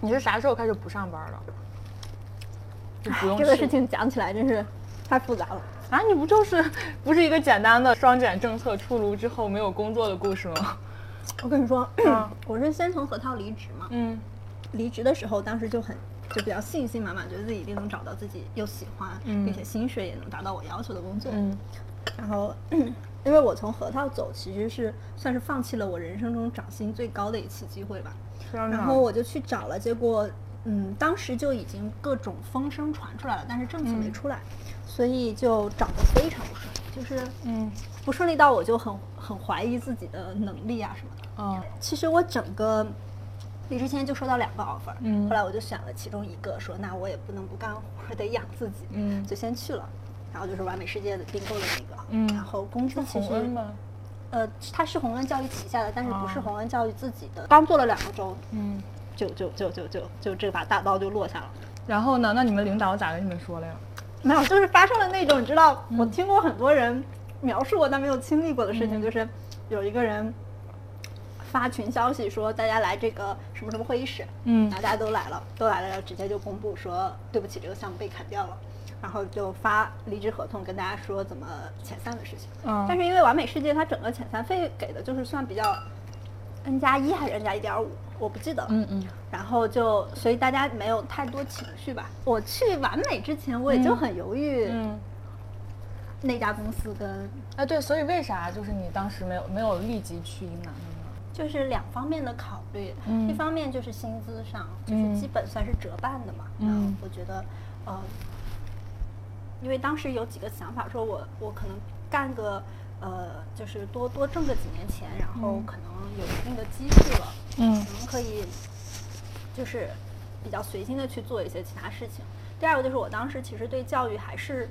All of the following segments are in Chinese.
你是啥时候开始不上班了？就不用哎这个去事情讲起来真是太复杂了。啊，你不就是不是一个简单的双减政策出炉之后没有工作的故事吗？我跟你说， 嗯我是先从核桃离职嘛， 嗯离职的时候当时就很就比较信心满满，觉得自己一定能找到自己又喜欢，嗯并且薪水也能达到我要求的工作。嗯然后， 因为我从核桃走，其实是算是放弃了我人生中涨薪最高的一次机会吧。嗯然后我就去找了，结果，嗯，当时就已经各种风声传出来了，但是政策没嗯出来，所以就找的非常不顺利，就是嗯不顺利到我就很很怀疑自己的能力啊什么的。啊其实我整个离职前就收到两个 offer，嗯后来我就选了其中一个，说那我也不能不干活，得养自己，嗯就先去了。然后就是完美世界的并购的那个，嗯然后工资其洪实恩吗？呃，它是洪恩教育旗下的，但是不是哦洪恩教育自己的。刚做了两个周，嗯，就就就就就就这把大刀就落下了。然后呢？那你们领导咋跟你们说了呀？没有，就是发生了那种你知道，我听过很多人描述过但没有经历过的事情，嗯就是有一个人发群消息说大家来这个什么什么会议室，嗯然后大家都来了，都来了，然后直接就公布说对不起，这个项目被砍掉了。然后就发离职合同跟大家说怎么遣散的事情，嗯但是因为完美世界它整个遣散费给的就是算比较 n 加一还是 n 加一点五，我不记得了。嗯然后就，所以大家没有太多情绪吧。我去完美之前，我也就很犹豫嗯。那家公司跟，哎，对，所以为啥就是你当时没有没有立即去云南呢？就是两方面的考虑。嗯一方面就是薪资上，就是嗯基本算是折半的嘛。嗯然后我觉得，呃，因为当时有几个想法，说我我可能干个，呃，就是多多挣个几年钱，然后嗯可能有一定的积蓄了，嗯可能可以就是比较随心的去做一些其他事情。第二个就是我当时其实对教育还是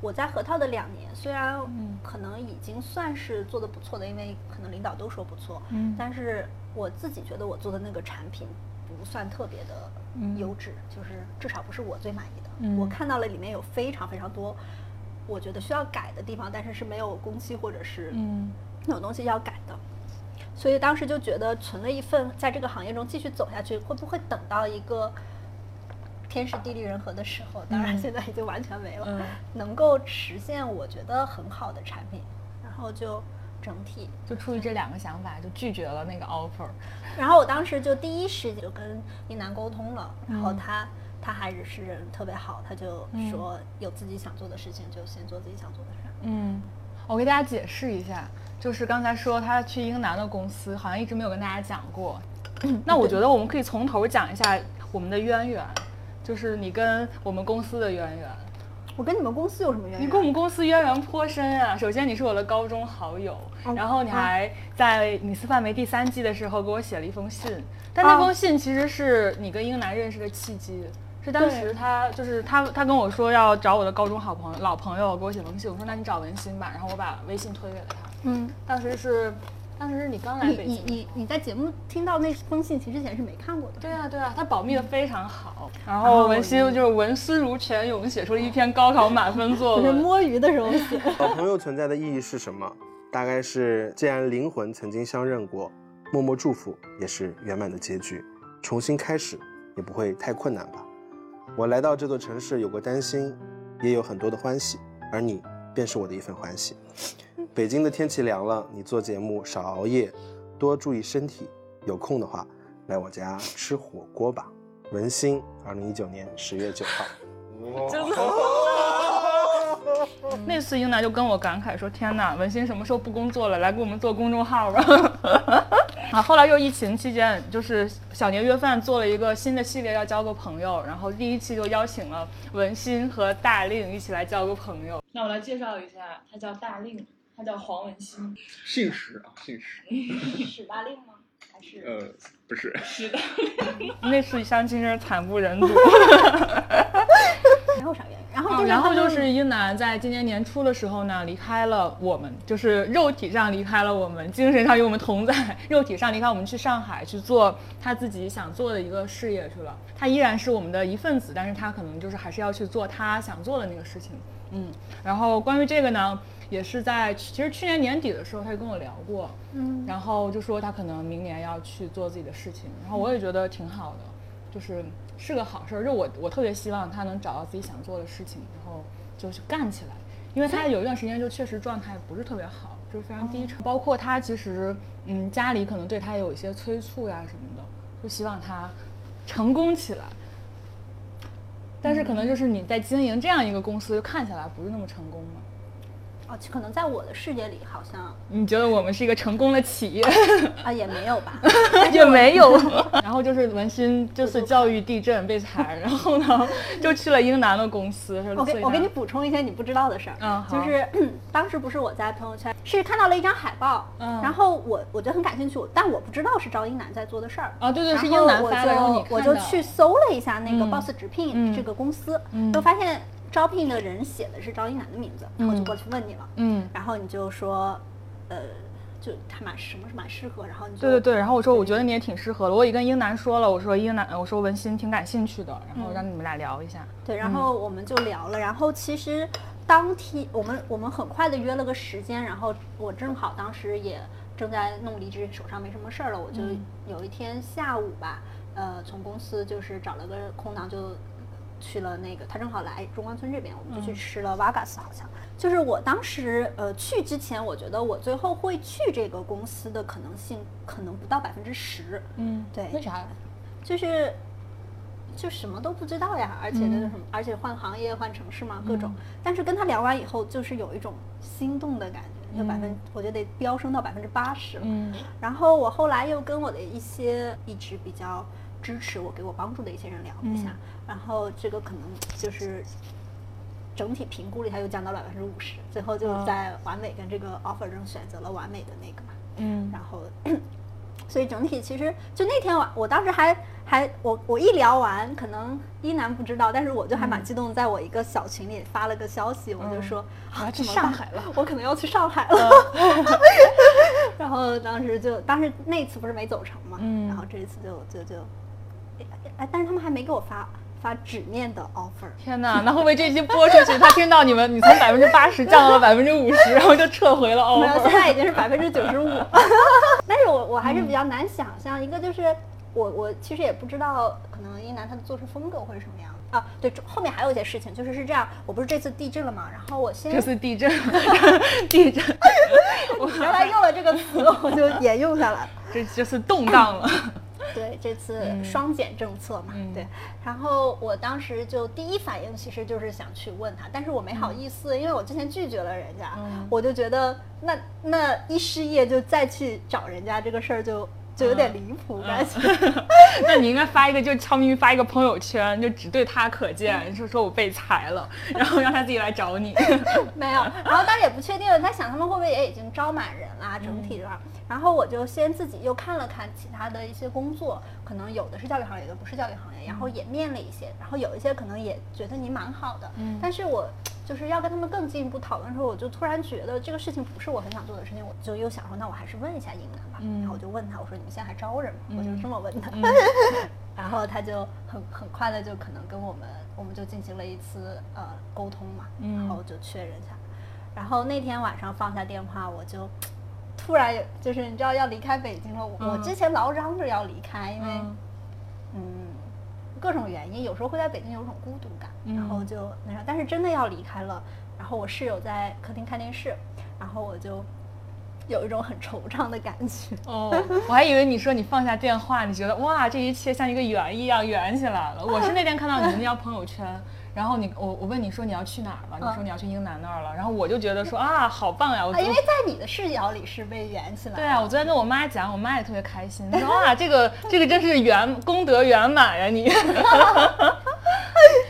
我在核桃的两年，虽然嗯可能已经算是做的不错的，因为可能领导都说不错，嗯但是我自己觉得我做的那个产品不算特别的嗯优质，就是至少不是我最满意的。嗯我看到了里面有非常非常多我觉得需要改的地方，但是是没有工期或者是嗯那种东西要改的。所以当时就觉得存了一份在这个行业中继续走下去，会不会等到一个天时地利人和的时候？当然嗯现在已经完全没了，嗯能够实现我觉得很好的产品，然后就整体。就出于这两个想法，就拒绝了那个 offer。然后我当时就第一时间就跟一楠沟通了，然后他。他还是人特别好，他就嗯说有自己想做的事情就先做自己想做的事儿。嗯，我给大家解释一下，就是刚才说他去英南的公司，好像一直没有跟大家讲过。那我觉得我们可以从头讲一下我们的渊源，就是你跟我们公司的渊源。我跟你们公司有什么渊源？你跟我们公司渊源颇深啊！首先你是我的高中好友，哦然后你还在《米斯范围》第三季的时候给我写了一封信，但那哦封信其实是你跟英男认识的契机。是当对时他就是他，他跟我说要找我的高中好朋友老朋友给我写封信，我说那你找文心吧，然后我把微信推给了他。嗯，当时是，当时是你刚来你北你京，你你在节目听到那封信，其实之前是没看过的。对啊对啊，他保密的非常好。然然后后文心就是文思如泉涌，写出了一篇高考满分作就是文。摸鱼的 时候写。 老朋友存在的意义是什么？大概是，既然灵魂曾经相认过，默默祝福也是圆满的结局，重新开始也不会太困难吧。我来到这座城市，有过担心，也有很多的欢喜，而你便是我的一份欢喜。北京的天气凉了，你做节目少熬夜，多注意身体，有空的话来我家吃火锅吧。文心，二零一九年十月九号。 真的。那次英楠就跟我感慨说：“天呐，文心什么时候不工作了？来给我们做公众号吧。”啊， 后来又疫情期间，就是小年夜饭做了一个新的系列，要交个朋友。然后第一期就邀请了文心和大令一起来交个朋友。那我来介绍一下，他叫大令，他叫黄文心，姓史啊，姓 史，史大令吗？还是呃，不是，那次相亲真是惨不忍睹。然后啥原因？然后就嗯是、然后就是英男在今年年初的时候呢，离开了我们，就是肉体上离开了我们，精神上与我们同在， 肉体上离开我们去上海去做他自己想做的一个事业去了。他依然是我们的一份子，但是他可能就是还是要去做他想做的那个事情。嗯，然后关于这个呢，也是在其实去年年底的时候，他就跟我聊过，嗯然后就说他可能明年要去做自己的事情，然后我也觉得挺好的。就是是个好事儿。就我我特别希望他能找到自己想做的事情，然后就去干起来。因为他有一段时间就确实状态不是特别好，就是非常低沉。包括他其实，嗯，家里可能对他有一些催促呀什么的，就希望他成功起来。但是可能就是你在经营这样一个公司，就看起来不是那么成功嘛。哦，可能在我的世界里好像你觉得我们是一个成功的企业，啊也没 有吧，也没有。 然后就是文心这次教育地震被裁，然后呢就去了英南的公司。我给我给你补充一些你不知道的事儿，嗯好就是 当时不是我在朋友圈是看到了一张海报，嗯然后我我觉得很感兴趣，但我不知道是赵一楠在做的事儿。啊，对对，然是后英南我发的，然后你就我就看到去搜了一下那个嗯 Boss 直聘嗯这个公司，嗯就发现招聘的人写的是赵一楠的名字，然后我就过去问你了，嗯，然后你就说，呃，就他蛮什么是蛮适合，然后你就对对对，然后我说我觉得你也挺适合的，我也跟英南说了，我说英南，我说文心挺感兴趣的，然后嗯让你们俩聊一下。对，然后我们就聊了，然后其实当天我们我们很快的约了个时间，然后我正好当时也正在弄离职，手上没什么事儿了，我就嗯有一天下午吧，呃，从公司就是找了个空档就去了那个，他正好来中关村这边，我们就去嗯吃了 Vegas 好像。就是我当时呃去之前，我觉得我最后会去这个公司的可能性可能不到百分之十，嗯对为啥？就是就什么都不知道呀，而且就是嗯什么，而且换行业、换城市嘛，各种。嗯但是跟他聊完以后，就是有一种心动的感觉，就百分，嗯我觉得得飙升到百分之八十。嗯然后我后来又跟我的一些一直比较支持我、给我帮助的一些人聊了一下，嗯然后这个可能就是整体评估了一下，又降到百分之五十，最后就哦在完美跟这个 offer 中选择了完美的那个嘛。嗯然后，所以整体其实就那天晚，我当时还还我我一聊完，可能一楠不知道，但是我就还蛮激动，在我一个小群里发了个消息，我就嗯说、我啊，要去怎么上办海了， 嗯我可能要去上海了。 然后当时就当时那次不是没走成嘛，嗯然后这一次就就就，哎哎，但是他们还没给我发发纸面的 offer。天哪，那会不会这期播出去，他听到你们，你从百分之八十降到了百分之五十，然后就撤回了没有，现 offer？在已经是百分之九十五。 但是我我还嗯是比较难想象，一个就是我我其实也不知道，可能一楠他的做事风格会是什么样的啊。对，这后面还有一些事情，就是是这样，我不是这次地震了嘛，然后我先这次地震，地震，我原来用了这个词，我就也用下来了。这这次动荡了。对，这次嗯双减政策嘛，嗯对。然后我当时就第一反应其实就是想去问他，但是我没好意思，因为我之前拒绝了人家，嗯我就觉得那那一失业就再去找人家这个事儿就就有点嗯离谱感觉。 那你应该发一个，就悄咪咪发一个朋友圈，就只对他可嗯见，就说我被裁了， 然后让他自己来找你。 没有，然后当时也不确定，他想他们会不会也已经招满人啦，整体的嗯话。然后我就先自己又看了看其他的一些工作，可能有的是教育行业，有的不是教育行业，然嗯后也面了一些，然后有一些可能也觉得你蛮好的，嗯但是我就是要跟他们更进一步讨论的时候，我就突然觉得这个事情不是我很想做的事情，我就又想说，那我还是问一下英男吧。嗯然后我就问他，我说你们现在还招人吗？我就嗯这么问他。嗯然后他就很很快的就可能跟我们，我们就进行了一次呃沟通嘛，嗯然后就确认一下。然后那天晚上放下电话，我就突然有，就是你知道要离开北京了，我我嗯之前老嚷着要离开，因为嗯嗯各种原因，有时候会在北京有种孤独感，然后嗯就那啥，但是真的要离开了，然后我室友在客厅看电视，然后我就有一种很惆怅的感觉。哦，我还以为你说你放下电话，你觉得哇，这一切像一个圆一样圆起来了。我 是那天看到你们那条朋友圈，然后你我我问你说你要去哪儿了，你说你要去英南那儿了，然后我就觉得说啊，好棒呀！我嗯啊，因为在你的视角里是被圆起来的。对啊，我昨天跟我妈讲，我妈也特别开心，她说哇，这个这个真是圆功德圆满呀、你。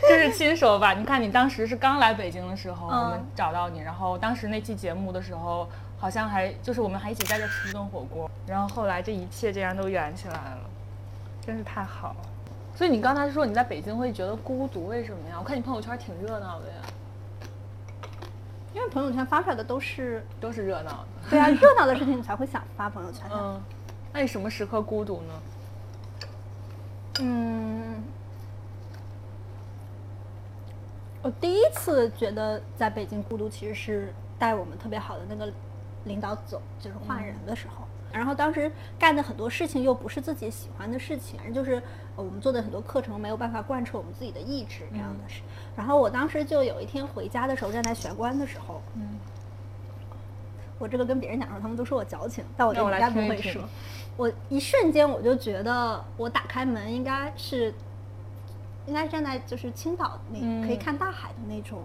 这是亲手吧？你看你当时是刚来北京的时候，我们嗯找到你，然后当时那期节目的时候，好像还就是我们还一起在这吃一顿火锅，然后后来这一切竟然都圆起来了，真是太好了。所以你刚才说你在北京会觉得孤独，为什么呀？我看你朋友圈挺热闹的呀，因为朋友圈发出来的都是都是热闹的。对啊热闹的事情，你才会想发朋友圈。嗯，那你什么时刻孤独呢？嗯，我第一次觉得在北京孤独，其实是带我们特别好的那个领导走，就是换人的时候。然后当时干的很多事情又不是自己喜欢的事情，就是呃我们做的很多课程没有办法贯彻我们自己的意志这样的事。然后我当时就有一天回家的时候，站在玄关的时候，嗯，我这个跟别人讲的时候，他们都说我矫情，但我那这我来应该不听一会听说。我一瞬间我就觉得，我打开门应该是，应该站在就是青岛那、可以嗯看大海的那种，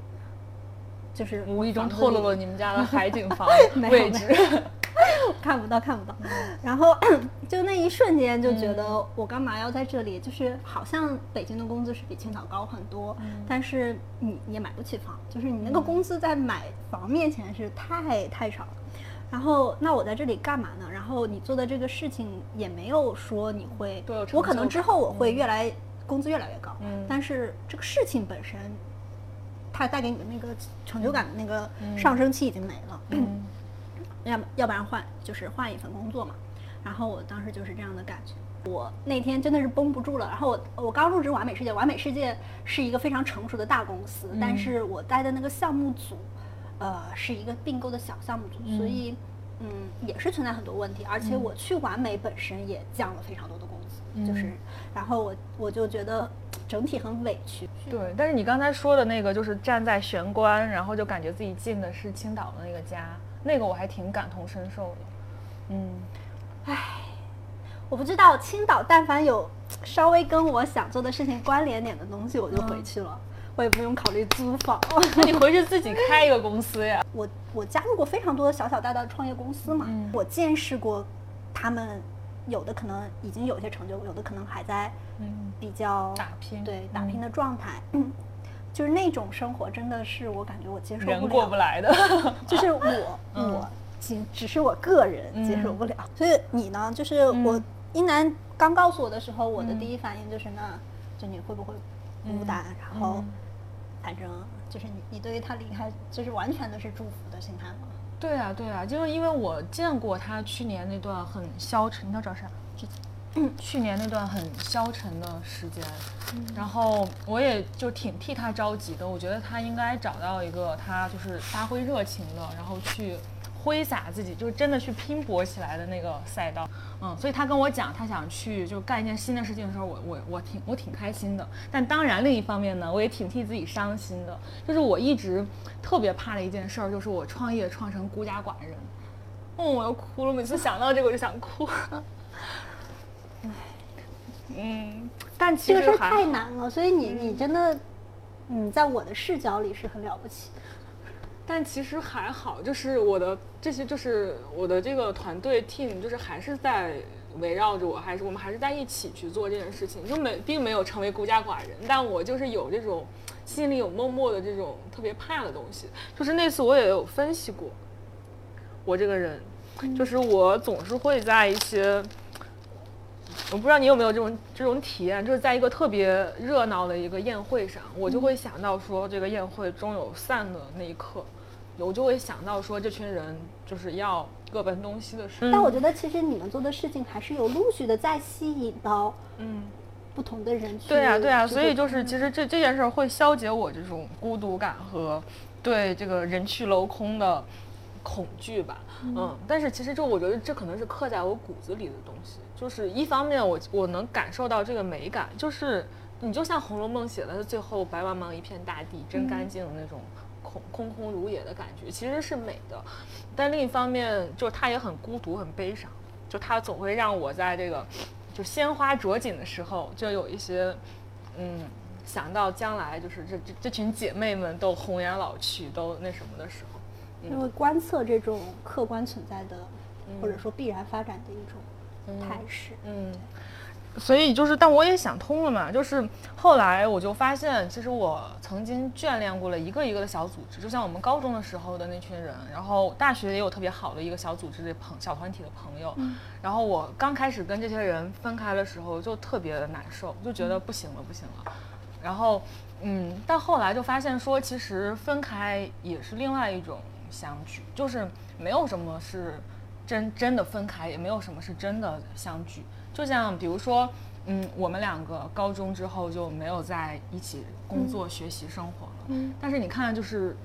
就是无意中房子透露里了你们家的海景 房没有位置没。 看不到，看不到。然后 就那一瞬间就觉嗯得我干嘛要在这里？就是好像北京的工资是比青岛高很多，嗯但是你你也买不起房，就是你那个工资在买房面前是太太少了。然后，那我在这里干嘛呢？然后你做的这个事情也没有说你会多有，成我可能就之感后我会越来工资越来越高，嗯但是这个事情本身，它带给你的那个成就感的那个嗯上升期已经没了。嗯要么要不然换就是换一份工作嘛。然后我当时就是这样的感觉。我那天真的是绷不住了，然后我我刚入职完美世界，完美世界是一个非常成熟的大公司，嗯但是我待的那个项目组，呃，是一个并购的小项目组，所嗯以嗯也是存在很多问题，而且嗯我去完美本身也降了非常多的工资，嗯就是，然后我我就觉得整体很委屈，对，但是你刚才说的那个，就是站在玄关，然后就感觉自己进的是青岛的那个家，那个我还挺感同身受的。嗯，我不知道青岛，但凡有稍微跟我想做的事情关联点的东西，我就嗯回去了，我也不用考虑租房。 那你回去自己开一个公司呀？我我加入过非常多小小大大的创业公司嘛，嗯我见识过他们有的可能已经有些成就，有的可能还在 嗯，比较打拼对打拼嗯的状态。 就是那种生活，真的是我感觉我接受嗯人不过了不来的。 就是我、嗯我仅只是我个人接受不了。所以你呢？就是我嗯一楠刚告诉我的时候，我的嗯第一反应就是那，就你会不会孤单？然后嗯反正就是你你对于他离开就是完全的是祝福的心态吗？对啊，对啊，就是因为我见过他去年那段很消沉，你要找啥？去年那段很消沉的时间，然后我也就挺替他着急的。我觉得他应该找到一个他就是发挥热情的，然后去挥洒自己，就是真的去拼搏起来的那个赛道。嗯，所以他跟我讲他想去就干一件新的事情的时候，我我我挺我挺开心的。但当然另一方面呢，我也挺替自己伤心的。就是我一直特别怕的一件事儿，就是我创业创成孤家寡人。嗯，我要哭了，每次想到这个我就想哭。嗯，但其这个实事儿还太难了，所以你你真的，嗯，在我的视角里是很了不起的。但其实还好，就是我的这些，就是我的这个团队 team，就是还是在围绕着我，还是我们还是在一起去做这件事情，就没并没有成为孤家寡人，但我就是有这种心里有默默的这种特别怕的东西，就是那次我也有分析过，我这个人，就是我总是会在一些。我不知道你有没有这种这种体验，就是在一个特别热闹的一个宴会上，我就会想到说，这个宴会终有散的那一刻，我就会想到说，这群人就是要各奔东西的事。但我觉得其实你们做的事情还是有陆续的在吸引到嗯，不同的人去。嗯对呀、对呀、啊所以是。就是其实这这件事儿会消解我这种孤独感和对这个人去楼空的恐惧吧。嗯，但是其实这我觉得这可能是刻在我骨子里的东西，就是一方面我我能感受到这个美感，就是你就像《红楼梦》写的最后白茫茫一片大地真嗯干净的那种。空空空如也的感觉其实是美的，但另一方面就是它也很孤独、很悲伤，就它总会让我在这个就鲜花着锦的时候，就有一些嗯想到将来就是这这这群姐妹们都红颜老去，都那什么的时候，因为观测这种客观存在的，或者说必然发展的一种态势。嗯，所以就是，但我也想通了嘛，就是后来我就发现，其实我曾经眷恋过了一个一个的小组织，就像我们高中的时候的那群人，然后大学也有特别好的一个小组织的朋小团体的朋友，然后我刚开始跟这些人分开的时候就特别的难受，就觉得不行了，不行了，然后嗯，但后来就发现说，其实分开也是另外一种相聚，就是没有什么是真真的分开，也没有什么是真的相聚。就像比如说，嗯，我们两个高中嗯之后就没有在一起工作、学习、生活了，但是你看，就是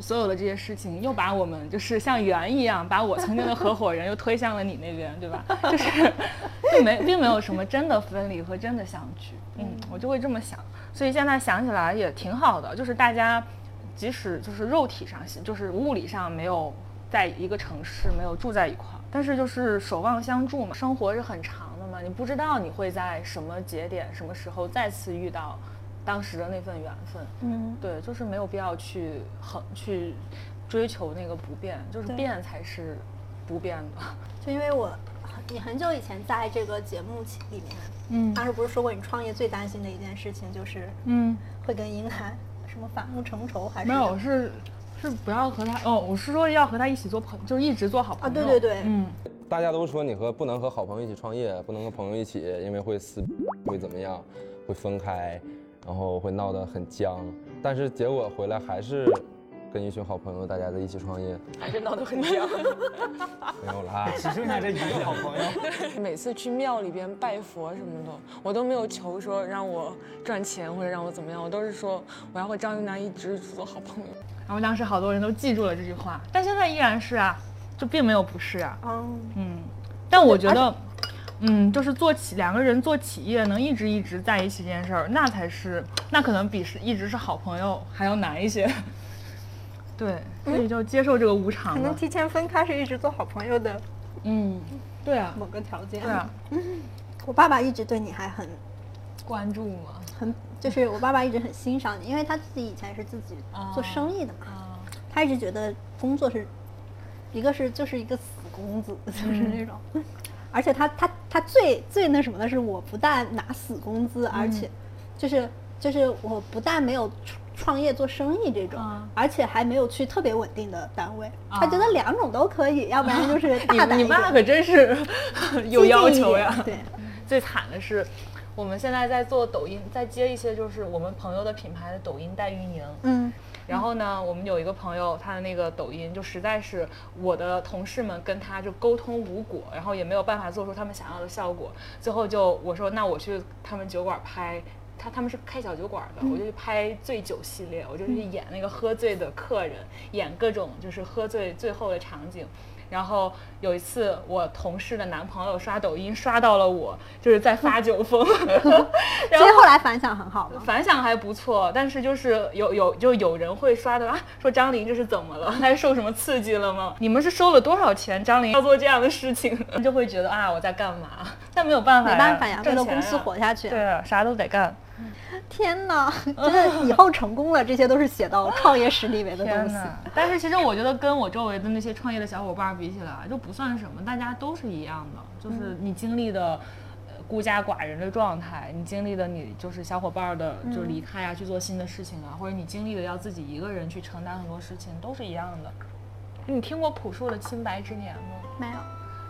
所有的这些事情又把我们就是像圆一样，把我曾经的合伙人又推向了你那边，对吧？就是 并没并没有什么真的分离和真的相聚，嗯，我就会这么想。所以现在想起来也挺好的，就是大家即使就是肉体上，就是物理上没有在一个城市，没有住在一块儿，但是就是守望相助嘛，生活是很长的嘛，你不知道你会在什么节点、什么时候再次遇到当时的那份缘分。嗯，对，就是没有必要去很去追求那个不变，就是对变才是不变的。就因为我你很久以前在这个节目里面，嗯当时不是说过你创业最担心的一件事情就是嗯，会跟英涵什么反目成仇还是没有是是不要和他哦，我是说要和他一起做朋，就是一直做好朋啊？友。对对，对，嗯，大家都说你和不能和好朋友一起创业，不能和朋友一起，因为会撕，会怎么样，会分开，然后会闹得很僵。但是结果回来还是跟一群好朋友，大家在一起创业，还是闹得很僵。 没有啦。只剩下这一个好朋友。每次去庙里边拜佛什么的，我都没有求说让我赚钱或者让我怎么样，我都是说我要和张云南一直做好朋友。然后当时好多人都记住了这句话，但现在依然是啊，就并没有不是啊。嗯，嗯，但我觉得，嗯，就是做企两个人做企业能一直一直在一起这件事儿，那才是那可能比是一直是好朋友还要难一 些。对，所以就接受这个无可常能了。提前分开是一直做好朋友的嗯，对啊，某个条件。对啊，我爸爸一直对你还很关注嘛。很，就是我爸爸一直很欣赏你，因为他自己以前是自己哦做生意的嘛，啊，他一直觉得工作是，一个是就是一个死工资，就是嗯那种，而且他他他最最那什么的是，我不但拿死工资，嗯而且就是就是我不但没有创创业做生意这种，啊而且还没有去特别稳定的单位，啊他觉得两种都可以，要不然就是大胆你一你爸点可真是 有激进要一求点呀。对，最惨的是，我们现在在做抖音，在接一些就是我们朋友的品牌的抖音代运营。嗯，然后呢，我们有一个朋友，他的那个抖音就实在是我的同事们跟他就沟通无果，然后也没有办法做出他们想要的效果。最后就我说，那我去他们酒馆拍。他他们是开小酒馆的，我就去拍醉酒系列，我就去演那个喝醉的客人，演各种就是喝醉最后的场景。然后有一次，我同事的男朋友刷抖音刷到了我，就是在发酒疯， 然所后以后来反响很好嘛，反响还不错，但是就是有有就有人会刷的啊，说张琳这是怎么了？ 她是受什么刺激了吗？你们是收了多少钱？张琳要做这样的事情， 就会觉得啊我在干嘛？ 但没有办法，没办法呀，为挣了钱公司呀活下去啊。对啊，啥都得干。天 哪，真的以后成功了，这些都是写到创业史里面的 东天西。哪！但是其实我觉得跟我周围的那些创业的小伙伴比起来，就不算什么，大家都是一样的，就是你经历的。呃孤家寡人的状态，你经历的你就是小伙伴的，就离开啊，去做新的事情啊，或者你经历的要自己一个人去承担很多事情，都是一样的。你听过朴树的《清白之年》吗？没有，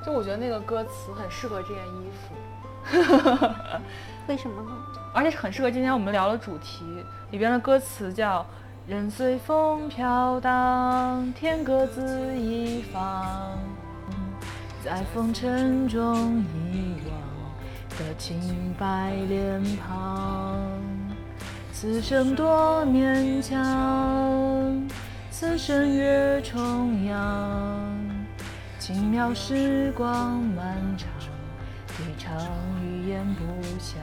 就我觉得那个歌词很适合这件衣服。 为什么呢？而且是很适合今天我们聊的主题里边的歌词叫“人随风飘荡，天各自一方，在风尘中遗忘的清白脸庞，此生多勉强，此生越重阳。”轻描时光漫长，一场语言不详。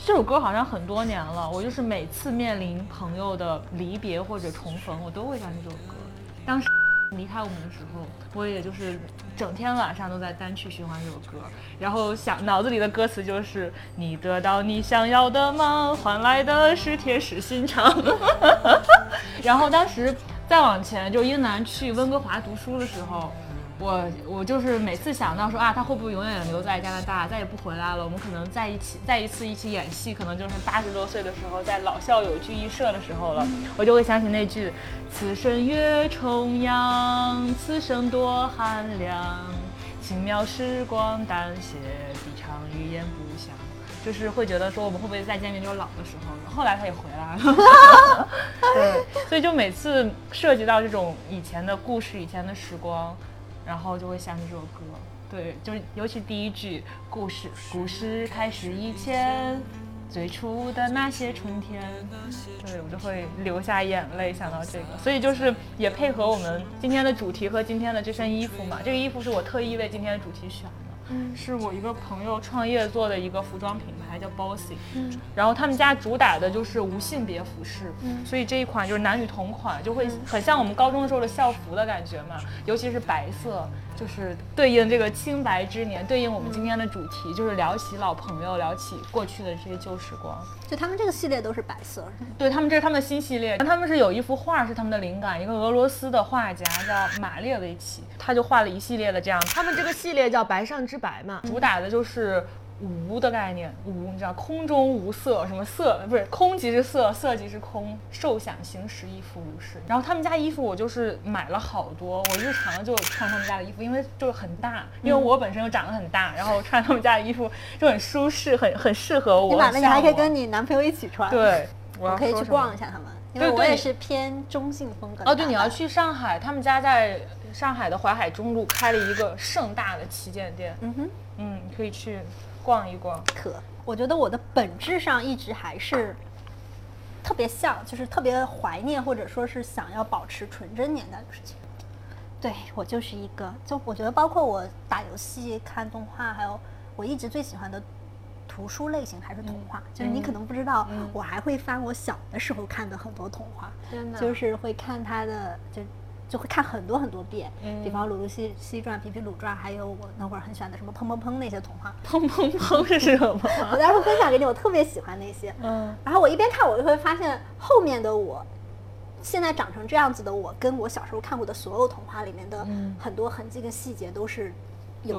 这首歌好像很多年了，我就是每次面临朋友的离别或者重逢，我都会想起这首歌。当时 离开我们的时候，我也就是整天晚上都在单曲循环这首歌，然后想脑子里的歌词就是“你得到你想要的吗？换来的是铁石心肠。” 然后当时再往前，就英男去温哥华读书的时候，我我就是每次想到说啊，他会不会永远留在加拿大，再也不回来了？我们可能在一起，再一次一起演戏，可能就是八十多岁的时候，在老校友聚一社的时候了，我就会想起那句“此生越重阳，此生多寒凉，轻描时光淡写，一场语言不详”，就是会觉得说我们会不会再见面就是老的时候呢？后来他也回来了。对，所以就每次涉及到这种以前的故事、以前的时光，然后就会想起这首歌。对，就是尤其第一句“故事，古诗开始一千，最初的那些春天，对我就会流下眼泪，想到这个，所以就是也配合我们今天的主题和今天的这身衣服嘛。这个衣服是我特意为今天的主题选的，是我一个朋友创业做的一个服装品牌叫 Bossy，、然后他们家主打的就是无性别服饰，所以这一款就是男女同款，就会很像我们高中的时候的校服的感觉嘛，尤其是白色，就是对应这个清白之年，对应我们今天的主题，就是聊起老朋友，聊起过去的这些旧时光。就他们这个系列都是白色，对他们，这是他们的新系列。他们是有一幅画是他们的灵感，一个俄罗斯的画家叫马列维奇，他就画了一系列的这样。他他们这个系列叫《白上之白》嘛，主打的就是无的概念，无你知道，空中无色，什么色不是空即是色，色即是空，受想行识亦复如是。然后他们家衣服我就是买了好多，我日常就穿他们家的衣服，因为就是很大，因为我本身又长得很大，然后穿他们家的衣服就很舒适，很很适合我。你买了你还可以像我跟你男朋友一起穿，，对，我我要可以说去什么逛一下他们，因为对对我也你是偏中性风格的哦，对，打你要扮去上海，他们家在上海的淮海中路开了一个盛大的旗舰店。嗯哼，嗯，你可以去逛一 逛。可。我觉得我的本质上一直还是特别像，就是特别怀念，或者说是想要保持纯真年代的事情。对我就是一个，就我觉得包括我打游戏、看动画，还有我一直最喜欢的图书类型还是童话。就是你可能不知道，我还会翻我小的时候看的很多童话，天哪就是会看它的就。就会看很多很多遍，比方《鲁鲁西西传》《皮皮鲁传》，还有我那会儿很喜欢的什么《砰砰砰》那些童话，砰砰砰，这是什么？我待会儿分享给你，我特别喜欢那些。 嗯，然后我一边看，我就会发现后面的我，现在长成这样子的我，跟我小时候看过的所有童话里面的很多痕迹跟细节都是有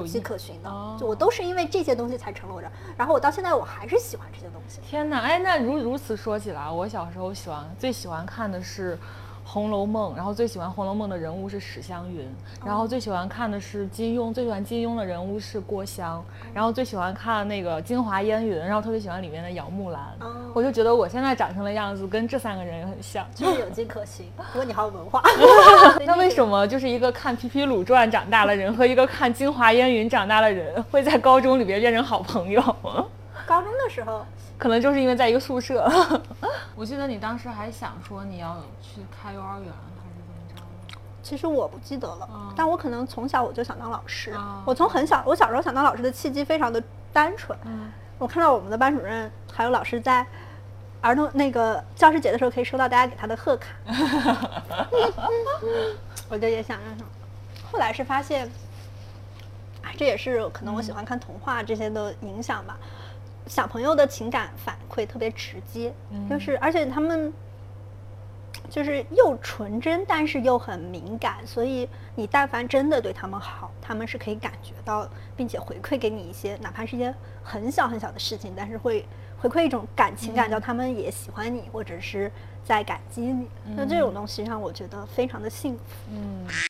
嗯有迹一可循的。哦就我都是因为这些东西才成了我这样。然后我到现在我还是喜欢这些东西。天哪！哎，那如如此说起来，我小时候喜欢最喜欢看的是《红楼梦》，然后最喜欢《红楼梦》的人物是史湘云，然后最喜欢看的是金庸，最喜欢金庸的人物是郭襄，然后最喜欢看那个《京华烟云》，然后特别喜欢里面的姚木兰。哦我就觉得我现在长成的样子跟这三个人也很像。就是有迹可循， 不过你好有文 化。那为么？什么就是一个看《皮皮鲁传》长大的人和一个看《京华烟云》长大的人会在高中里边变成好朋友？ 高中的时候，可能就是因为在一个宿舍。我记得你当时还想说你要去开幼儿园还是怎么着？其实我不记得了，嗯但我可能从小我就想当老师。哦我从很小，我小时候想当老师的契机非常的单纯。我看到我们的班主任还有老师在儿童那个教师节的时候可以收到大家给他的贺卡， 我就也想让他。后来是发现，啊，这也是可能我喜欢看童话这些的影响吧。小朋友的情感反馈特别直接，就是而且他们就是又纯真，但是又很敏感，所以你但凡真的对他们好，他们是可以感觉到，并且回馈给你一些，哪怕是一些很小很小的事情，但是会回馈一种感情感，叫他们也喜欢你，或者是在感激你。那这种东西让我觉得非常的幸福。嗯，